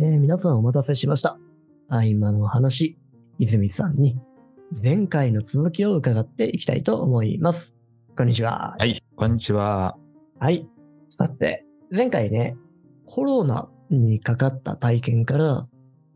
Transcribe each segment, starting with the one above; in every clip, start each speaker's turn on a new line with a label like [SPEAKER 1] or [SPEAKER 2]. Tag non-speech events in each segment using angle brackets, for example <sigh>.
[SPEAKER 1] えー皆さんお待たせしました。合間の話、泉さんに前回の続きを伺っていきたいと思います。こんにちは。
[SPEAKER 2] はい、こんにちは。
[SPEAKER 1] はい。さて、前回ね、コロナにかかった体験から、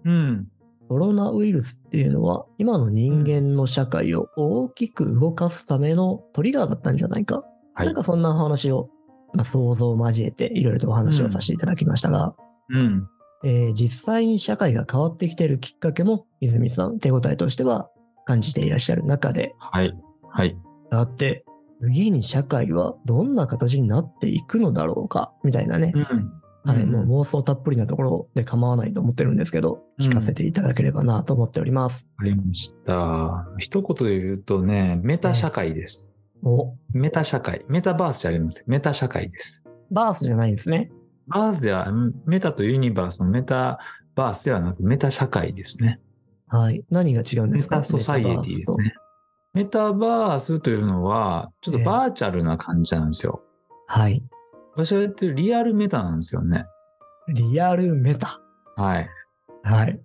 [SPEAKER 2] うん。
[SPEAKER 1] コロナウイルスっていうのは今の人間の社会を大きく動かすためのトリガーだったんじゃないか。
[SPEAKER 2] はい
[SPEAKER 1] なんかそんな話を、まあ、想像を交えていろいろとお話をさせていただきましたが、
[SPEAKER 2] うん。
[SPEAKER 1] えー実際に社会が変わってきているきっかけも泉さん手応えとしては感じていらっしゃる中で
[SPEAKER 2] はい。はい。
[SPEAKER 1] だって次に社会はどんな形になっていくのだろうかみたいなね、
[SPEAKER 2] ん
[SPEAKER 1] はい、もう妄想たっぷりなところで構わないと思ってるんですけど
[SPEAKER 2] うん
[SPEAKER 1] 聞かせていただければなと思っております。
[SPEAKER 2] わかりました。一言で言うとね、メタ社会です。
[SPEAKER 1] お
[SPEAKER 2] メタ社会。メタバースじゃありません。メタ社会です。
[SPEAKER 1] バースじゃないんですね。
[SPEAKER 2] バースでは、うんメタとユニバースのメタバースではなく、メタ社会ですね。
[SPEAKER 1] はい、何が違うんで
[SPEAKER 2] メ
[SPEAKER 1] すか
[SPEAKER 2] タソサイエティですね。メタバースというのは、ちょっとバーチャルな感じなんですよ。
[SPEAKER 1] はい。
[SPEAKER 2] 私は言ってるリアルメタなんですよね。
[SPEAKER 1] リアルメタ。
[SPEAKER 2] はい。
[SPEAKER 1] はい。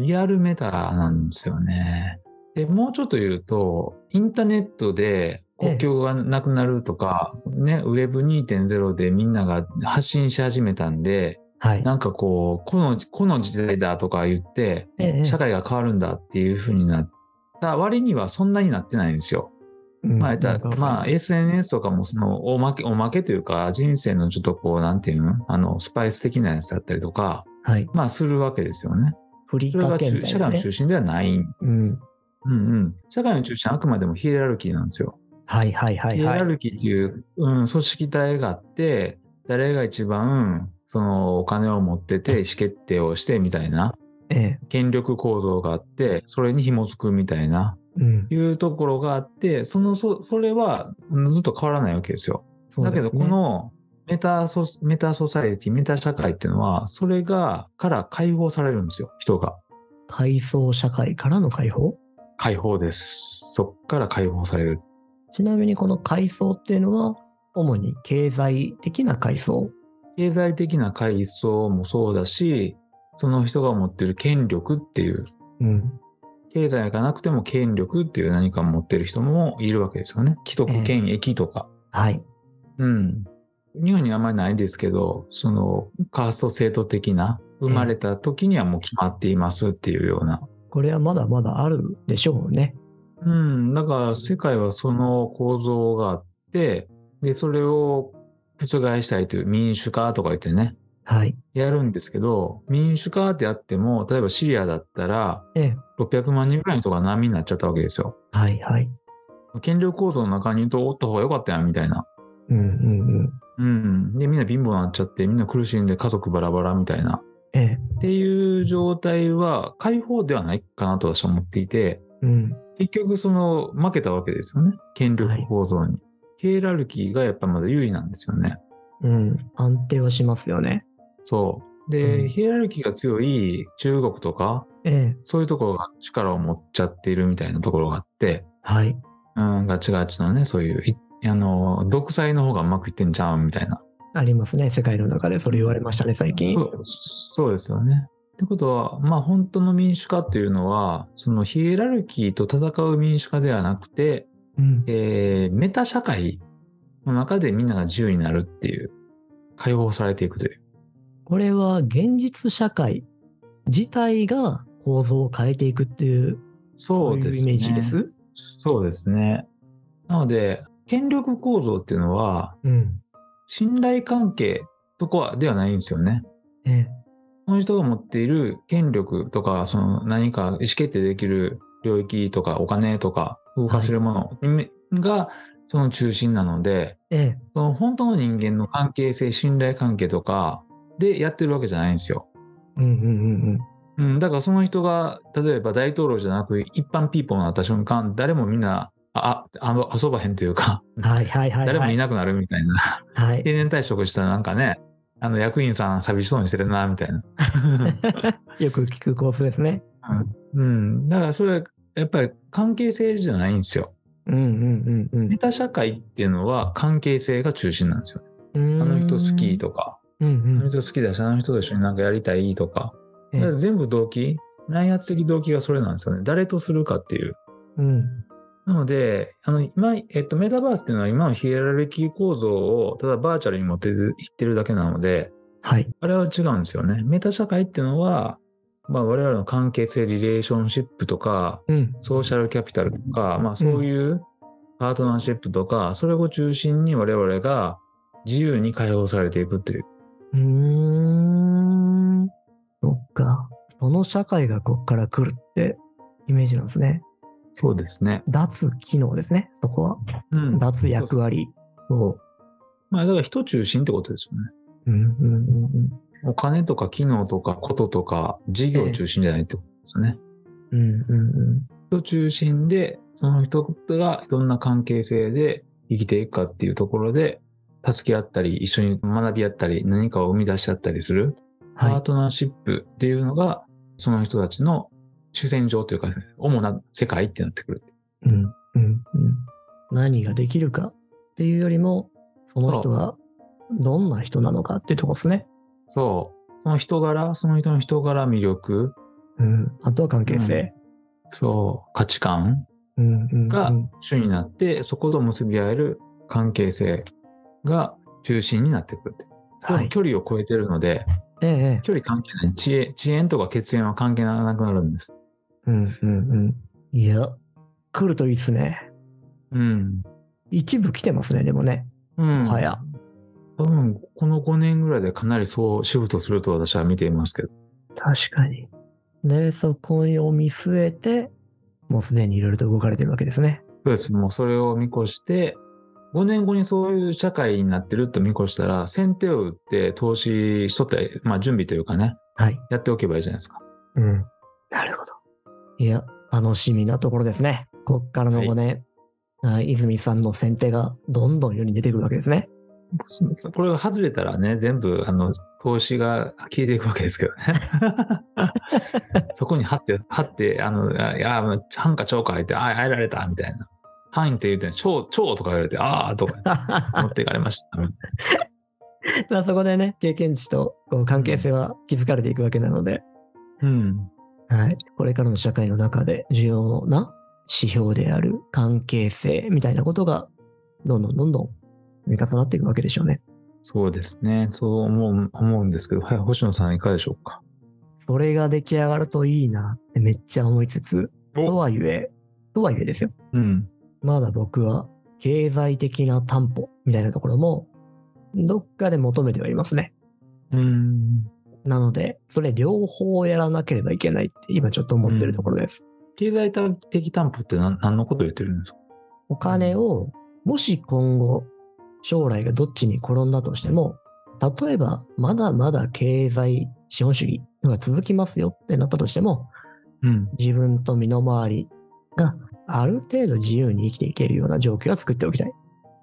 [SPEAKER 2] リアルメタなんですよね。で、もうちょっと言うと、インターネットで国境がなくなるとか、ね、Web2.0 でみんなが発信し始めたんで、
[SPEAKER 1] はい。
[SPEAKER 2] なんかこう、この、この時代だとか言って、
[SPEAKER 1] ええ
[SPEAKER 2] 社会が変わるんだっていう風になった割にはそんなになってないんですよ。
[SPEAKER 1] うん
[SPEAKER 2] まあ、だ
[SPEAKER 1] なんか
[SPEAKER 2] まあ、SNS とかもそのおまけ、おまけというか、人生のちょっとこう、なんていうのあの、スパイス的なやつだったりとか、
[SPEAKER 1] はい。
[SPEAKER 2] まあ、するわけですよね。
[SPEAKER 1] ふり
[SPEAKER 2] それ
[SPEAKER 1] か
[SPEAKER 2] が
[SPEAKER 1] けみ
[SPEAKER 2] 中
[SPEAKER 1] たい
[SPEAKER 2] 社
[SPEAKER 1] な、
[SPEAKER 2] 会の
[SPEAKER 1] ね。
[SPEAKER 2] 中心ではない。
[SPEAKER 1] うん。
[SPEAKER 2] うんうん。社会の中心はあくまでもヒエラルキーなんですよ。
[SPEAKER 1] はいはいはい
[SPEAKER 2] ヒエ
[SPEAKER 1] は
[SPEAKER 2] ラ
[SPEAKER 1] い。
[SPEAKER 2] ルキーっていう、うん、組織体があって、誰が一番、そのお金を持ってて、意思決定をしてみたいな、
[SPEAKER 1] ええ。
[SPEAKER 2] 権力構造があって、それに紐づくみたいな、
[SPEAKER 1] うん。
[SPEAKER 2] いうところがあって、その、そそれはうんずっと変わらないわけですよ。
[SPEAKER 1] そう
[SPEAKER 2] だ
[SPEAKER 1] で
[SPEAKER 2] け
[SPEAKER 1] すね
[SPEAKER 2] ど、こ、のメタソ、メタソサエティ、メタ社会っていうのは、それが、から解放されるんですよ、人が。
[SPEAKER 1] 階層社会からの解放
[SPEAKER 2] 解放です。そっから解放される。
[SPEAKER 1] ちなみにこの階層っていうのは、主に経済的な階層。
[SPEAKER 2] 経済的な階層もそうだし、その人が持ってる権力っていう、
[SPEAKER 1] うん。
[SPEAKER 2] 経済がなくても権力っていう何かを持ってる人もいるわけですよね。既
[SPEAKER 1] ええ
[SPEAKER 2] 得権益とか。
[SPEAKER 1] はい。
[SPEAKER 2] うん。日本にあんまりないですけど、そのカースト制度的な、生まれた時にはもう決まっていますっていうような。
[SPEAKER 1] これはまだまだあるでしょうね。
[SPEAKER 2] うん。だから世界はその構造があって、で、それを覆したいという民主化とか言ってね、
[SPEAKER 1] はい。
[SPEAKER 2] やるんですけど、民主化ってあっても、例えばシリアだったら、
[SPEAKER 1] ええ。
[SPEAKER 2] 600万人ぐらいの人が難民になっちゃったわけですよ。
[SPEAKER 1] はいはい。
[SPEAKER 2] 権力構造の中に言うと、おった方が良かったやん、みたいな。
[SPEAKER 1] うんうんうん。
[SPEAKER 2] うん。で、みんな貧乏になっちゃって、みんな苦しんで家族バラバラみたいな。
[SPEAKER 1] ええ。
[SPEAKER 2] っていう状態は、解放ではないかなと私は思っていて、
[SPEAKER 1] うん。
[SPEAKER 2] 結局その、負けたわけですよね。権力構造に。ヒエラルキーがやっぱまだ優位なんですよね。
[SPEAKER 1] うん。安定はしますよね。
[SPEAKER 2] そう。で、
[SPEAKER 1] うん
[SPEAKER 2] ヒエラルキーが強い中国とか、
[SPEAKER 1] ええ。
[SPEAKER 2] そういうところが力を持っちゃっているみたいなところがあって、
[SPEAKER 1] はい。
[SPEAKER 2] うん、ガチガチのね、そういう、いあの、独裁の方がうまくいってんちゃうみたいな。
[SPEAKER 1] ありますね。世界の中でそれ言われましたね、最近。
[SPEAKER 2] そうそうですよね。ってことは、まあ本当の民主化っていうのは、そのヒエラルキーと戦う民主化ではなくて、
[SPEAKER 1] うん。
[SPEAKER 2] えーメタ社会の中でみんなが自由になるっていう、解放されていくという。
[SPEAKER 1] これは現実社会自体が構造を変えていくっていう、
[SPEAKER 2] そうですね。
[SPEAKER 1] いうイメージです。
[SPEAKER 2] そうですね。なので、権力構造っていうのは、
[SPEAKER 1] うん。
[SPEAKER 2] 信頼関係とかではないんですよね。
[SPEAKER 1] ええ。
[SPEAKER 2] その人が持っている権力とか、その何か意思決定できる領域とかお金とか動かせるものがその中心なので、
[SPEAKER 1] ええ。
[SPEAKER 2] その本当の人間の関係性、信頼関係とかでやってるわけじゃないんですよ。
[SPEAKER 1] うんうんうんうん。
[SPEAKER 2] うん、だからその人が、例えば大統領じゃなく一般ピーポーになった瞬間、誰もみんな、あ、ああの遊ばへんというか、
[SPEAKER 1] はいはいはい、はい。
[SPEAKER 2] 誰もいなくなるみたいな。
[SPEAKER 1] はい。
[SPEAKER 2] 定年退職したらなんかね、あの役員さん寂しそうにしてるな、みた
[SPEAKER 1] <laughs>
[SPEAKER 2] いな。
[SPEAKER 1] よく聞くコースですね。
[SPEAKER 2] うん。だからそれ、やっぱり関係性じゃないんですよ。
[SPEAKER 1] うんうんうん
[SPEAKER 2] メタ社会っていうのは関係性が中心なんですよ。
[SPEAKER 1] うん。
[SPEAKER 2] あの人好き
[SPEAKER 1] と。
[SPEAKER 2] とか、
[SPEAKER 1] うんう
[SPEAKER 2] あの
[SPEAKER 1] ん。
[SPEAKER 2] 人好きだし、あの人と一緒になんかやりたいとか、
[SPEAKER 1] えええ
[SPEAKER 2] だから全部動機、内発的動機がそれなんですよね。誰とするかっていう。
[SPEAKER 1] うん。
[SPEAKER 2] なので、あの、今、えっと、メタバースっていうのは今のヒエラルキー構造をただバーチャルに持っていってるだけなので、
[SPEAKER 1] はい。
[SPEAKER 2] あれは違うんですよね。メタ社会っていうのは、まあ我々の関係性、リレーションシップとか、
[SPEAKER 1] うん。
[SPEAKER 2] ソーシャルキャピタルとか、まあそういうパートナーシップとか、それを中心に我々が自由に解放されていくっていう。
[SPEAKER 1] うーん。そっか。この社会がこっから来るってイメージなんですね。
[SPEAKER 2] そうですね。
[SPEAKER 1] 脱機能ですね。そこは。
[SPEAKER 2] うん。
[SPEAKER 1] 脱役割。
[SPEAKER 2] そう。まあだから人中心ってことですよね。
[SPEAKER 1] うんうんうんうん。
[SPEAKER 2] お金とか機能とかこととか事業中心じゃないってことですよね。
[SPEAKER 1] うんうん
[SPEAKER 2] 人中心で、その人がどんな関係性で生きていくかっていうところで、助け合ったり、一緒に学び合ったり、何かを生み出し合ったりする、
[SPEAKER 1] うん。
[SPEAKER 2] パ
[SPEAKER 1] は
[SPEAKER 2] ートナーシップっていうのが、その人たちの主戦場というか、主な世界ってなってくる。
[SPEAKER 1] い。うんうんうん。何ができるかっていうよりも、その人がどんな人なのかっていうとこですね。
[SPEAKER 2] そう。その人柄、その人の人柄、魅力、
[SPEAKER 1] うん。あとは関係性。
[SPEAKER 2] そう、価値観
[SPEAKER 1] うんうんうん。
[SPEAKER 2] が主になって、そこと結び合える関係性が中心になってくるって。
[SPEAKER 1] はい。
[SPEAKER 2] 距離を超えてるので、
[SPEAKER 1] ええ。
[SPEAKER 2] 距離関係ない。遅延、遅延とか血縁は関係なくなるんです。
[SPEAKER 1] うんうんうん。いや、来るといいっすね。
[SPEAKER 2] うん。
[SPEAKER 1] 一部来てますね、でもね。
[SPEAKER 2] うん。
[SPEAKER 1] はや。
[SPEAKER 2] 多分、この5年ぐらいでかなりそうシフトすると私は見ていますけど。
[SPEAKER 1] 確かに。で、そこを見据えて、もうすでにいろいろと動かれてるわけですね。
[SPEAKER 2] そうです。もうそれを見越して、5年後にそういう社会になってると見越したら、先手を打って投資しとったり、まあ準備というかね、
[SPEAKER 1] はい。
[SPEAKER 2] やっておけばいいじゃないですか。
[SPEAKER 1] うん。なるほど。いや、楽しみなところですね。こっからの
[SPEAKER 2] はい
[SPEAKER 1] 5年、あ泉さんの先手がどんどん世に出てくるわけです <laughs> ね。
[SPEAKER 2] これが外れたらね、全部、あの、投資が消えていくわけですけどね。そこに張って、張って、あの、あいや、もう半か超か入って、あ、入られた、みたいな。範囲って言うて、超、超とか言われて、ああ、とか、持っていかれました。
[SPEAKER 1] まあそこでね、経験値とこう関係性は築かれていくわけなので、
[SPEAKER 2] うん。
[SPEAKER 1] はい。これからの社会の中で重要な指標である関係性みたいなことが、どんどんどんどん積み重なっていくわけでしょうね。
[SPEAKER 2] そうですね。そう思う、思うんですけど、はい、星野さんいかがでしょうか。
[SPEAKER 1] それが出来上がるといいなってめっちゃ思いつつ、とはいえ、とはいえですよ。
[SPEAKER 2] うん。
[SPEAKER 1] まだ僕は経済的な担保みたいなところも、どっかで求めてはいますね。
[SPEAKER 2] うん。
[SPEAKER 1] なので、それ両方やらなければいけないって今ちょっと思ってるところです。
[SPEAKER 2] 経済的担保って何何のことを言ってるんですか
[SPEAKER 1] お金を、もし今後、将来がどっちに転んだとしても、例えば、まだまだ経済資本主義が続きますよってなったとしても、
[SPEAKER 2] うん。
[SPEAKER 1] 自分と身の回りがある程度自由に生きていけるような状況は作っておきたい。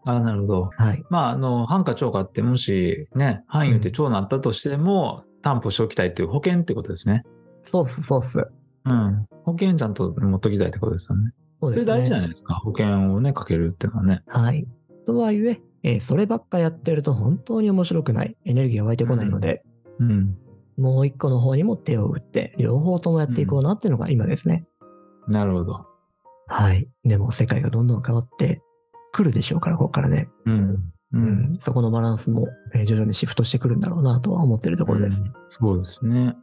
[SPEAKER 2] あなるほど。
[SPEAKER 1] はい。
[SPEAKER 2] まあ、あの、半か超かって、もしね、範囲打って超なったとしても、担保しておきたいっていう保険ってことですね。
[SPEAKER 1] そうっす、そうっす。
[SPEAKER 2] うん。保険ちゃんと持っときたいってことですよね。
[SPEAKER 1] そうで
[SPEAKER 2] そ
[SPEAKER 1] す
[SPEAKER 2] れ
[SPEAKER 1] ね。
[SPEAKER 2] 大事じゃないですか。保険をね、かけるっていうのはね。
[SPEAKER 1] はい。とはいええーそればっかやってると本当に面白くない。エネルギーが湧いてこないので、
[SPEAKER 2] うん。
[SPEAKER 1] もう一個の方にも手を打って、両方ともやっていこうなっていうのが今ですね。
[SPEAKER 2] なるほど。
[SPEAKER 1] はい。でも世界がどんどん変わってくるでしょうから、ここからね。
[SPEAKER 2] うん。う
[SPEAKER 1] うん。。そこのバランスも、えー徐々にシフトしてくるんだろうなとは思ってるところです。
[SPEAKER 2] うんそうですね。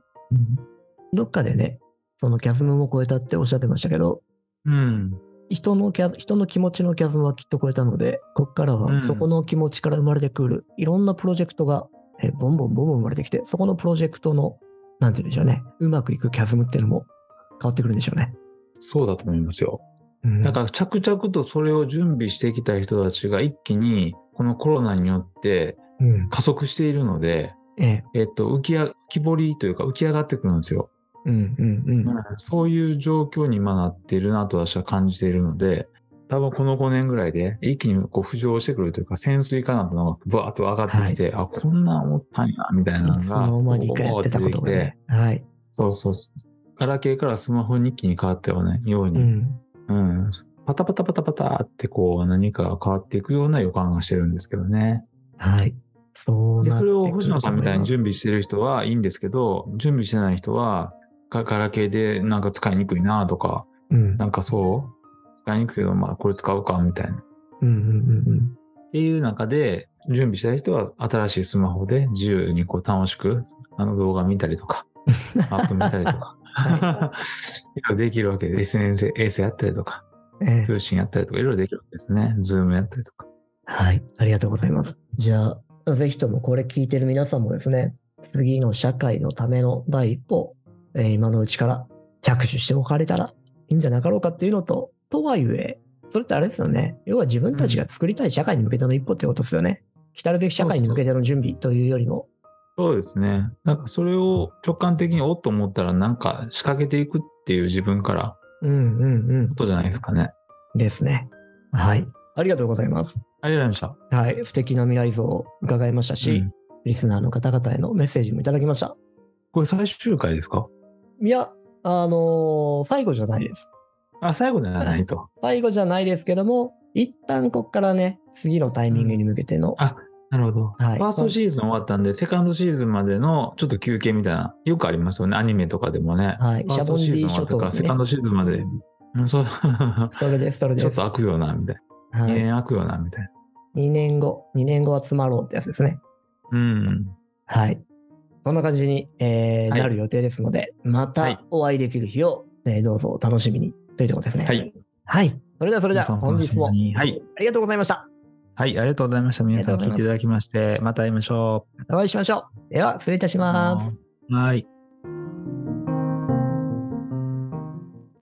[SPEAKER 1] どっかでね、そのキャズムも超えたっておっしゃってましたけど、
[SPEAKER 2] うん。
[SPEAKER 1] 人のキャ人の気持ちのキャズムはきっと超えたので、ここから
[SPEAKER 2] う
[SPEAKER 1] は
[SPEAKER 2] ん
[SPEAKER 1] そこの気持ちから生まれてくる、いろんなプロジェクトが、えーボンボンボンボン生まれてきて、そこのプロジェクトの、なんて言うんでしょうね、うまくいくキャズムっていうのも変わってくるんでしょうね。
[SPEAKER 2] そうだと思いますよ。
[SPEAKER 1] うん
[SPEAKER 2] だから着々とそれを準備してきた人たちが一気にこのコロナによって
[SPEAKER 1] うん
[SPEAKER 2] 加速しているので、
[SPEAKER 1] ええ
[SPEAKER 2] えっと、浮きあ浮き彫りというか浮き上がってくるんですよ。
[SPEAKER 1] うんうんうん。
[SPEAKER 2] そういう状況に今なっているなと私は感じているので、多分この5年ぐらいで一気にこう浮上してくるというか潜水艦なんてのがブワーッと上がってきて、あ、こんなん思ったんや、みたいなの
[SPEAKER 1] いつ
[SPEAKER 2] が。
[SPEAKER 1] の間にかやってたこと
[SPEAKER 2] こう
[SPEAKER 1] が
[SPEAKER 2] 出てきて
[SPEAKER 1] ね。はい。
[SPEAKER 2] そうそうそう。ガラケーからスマホに一気に変わったよね、よう
[SPEAKER 1] う
[SPEAKER 2] に。
[SPEAKER 1] ん。
[SPEAKER 2] うん、パタパタパタパタってこう何かが変わっていくような予感がしてるんですけどね。
[SPEAKER 1] はい。そう
[SPEAKER 2] で、
[SPEAKER 1] なってく
[SPEAKER 2] そ
[SPEAKER 1] る
[SPEAKER 2] れ
[SPEAKER 1] と
[SPEAKER 2] を
[SPEAKER 1] 思います
[SPEAKER 2] 星野さんみたいに準備してる人はいいんですけど、準備してない人は、かガラケーでなんか使いにくいなとか、
[SPEAKER 1] うん
[SPEAKER 2] なんかそう、使いにくいけど、まあこれ使うかみたいな。っ
[SPEAKER 1] うんうんうんうん。
[SPEAKER 2] ていう中で、準備したい人は新しいスマホで自由にこう楽しく、あの動画見たりと <laughs> か、アップ見たりとか、いろいろできるわけで、SNS、衛星やったりとか、
[SPEAKER 1] ええ
[SPEAKER 2] 通信やったりとか、いろいろできるわけですね。ズームやったりとか。
[SPEAKER 1] はい。ありがとうございます。じゃあ、ぜひともこれ聞いてる皆さんもですね、次の社会のための第一歩、えー今のうちから着手しておかれたらいいんじゃなかろうかっていうのと、とはいえ、それってあれですよね。要は自分たちが作りたい社会に向けての一歩ってことですよね。来るべき社会に向けての準備というよりも、
[SPEAKER 2] そうですね。なんかそれを直感的におっと思ったらなんか仕掛けていくっていう自分から
[SPEAKER 1] うんうんう
[SPEAKER 2] ことじゃないですかね。
[SPEAKER 1] ん。ですね。はい。ありがとうございます。
[SPEAKER 2] ありがとうございま
[SPEAKER 1] はい。素敵な未来像を伺いました
[SPEAKER 2] した。
[SPEAKER 1] し、リスナーの方々へのメッセージもいただきました。
[SPEAKER 2] これ最終回ですか
[SPEAKER 1] いや、あのー最後じゃないです。
[SPEAKER 2] あ、最後ではないと。
[SPEAKER 1] 最後じゃないですけども、一旦こっからね、次のタイミングに向けての、
[SPEAKER 2] あなるほど。
[SPEAKER 1] はい
[SPEAKER 2] ファーストシーズン終わったんで、セカンドシーズンまでのちょっと休憩みたいな、よくありますよね。アニメとかでもね。
[SPEAKER 1] はい、
[SPEAKER 2] ファ
[SPEAKER 1] シ
[SPEAKER 2] ー
[SPEAKER 1] ャボ
[SPEAKER 2] スト
[SPEAKER 1] ンデ
[SPEAKER 2] シーズン
[SPEAKER 1] ィ
[SPEAKER 2] 終
[SPEAKER 1] 諸
[SPEAKER 2] わった
[SPEAKER 1] 島にね
[SPEAKER 2] から、セカンドシーズンまで。うんそうち
[SPEAKER 1] それです、それ <laughs> で
[SPEAKER 2] ょ
[SPEAKER 1] す。
[SPEAKER 2] っと開くよな、みたいな。
[SPEAKER 1] は
[SPEAKER 2] 2
[SPEAKER 1] い、
[SPEAKER 2] 年開くよな、みたいな。
[SPEAKER 1] 2年後、2年後は詰まろうってやつですね。
[SPEAKER 2] うん。
[SPEAKER 1] はい。そんな感じに、えー
[SPEAKER 2] はい
[SPEAKER 1] なる予定ですので、ま
[SPEAKER 2] はい
[SPEAKER 1] たお会いできる日を、えーどうぞお楽しみにというところですね。
[SPEAKER 2] はい。
[SPEAKER 1] はい。それではそれでは、
[SPEAKER 2] 皆さんお
[SPEAKER 1] 本
[SPEAKER 2] 楽
[SPEAKER 1] 日
[SPEAKER 2] しみ
[SPEAKER 1] もあ
[SPEAKER 2] にはい。
[SPEAKER 1] りがとうございました。
[SPEAKER 2] はい、ありがとうございました。皆さん
[SPEAKER 1] あり
[SPEAKER 2] 聞
[SPEAKER 1] が
[SPEAKER 2] い
[SPEAKER 1] とうございます
[SPEAKER 2] ていただきまして、また会いましょう。
[SPEAKER 1] お会いしましょう。では、失礼いたします。
[SPEAKER 2] はい。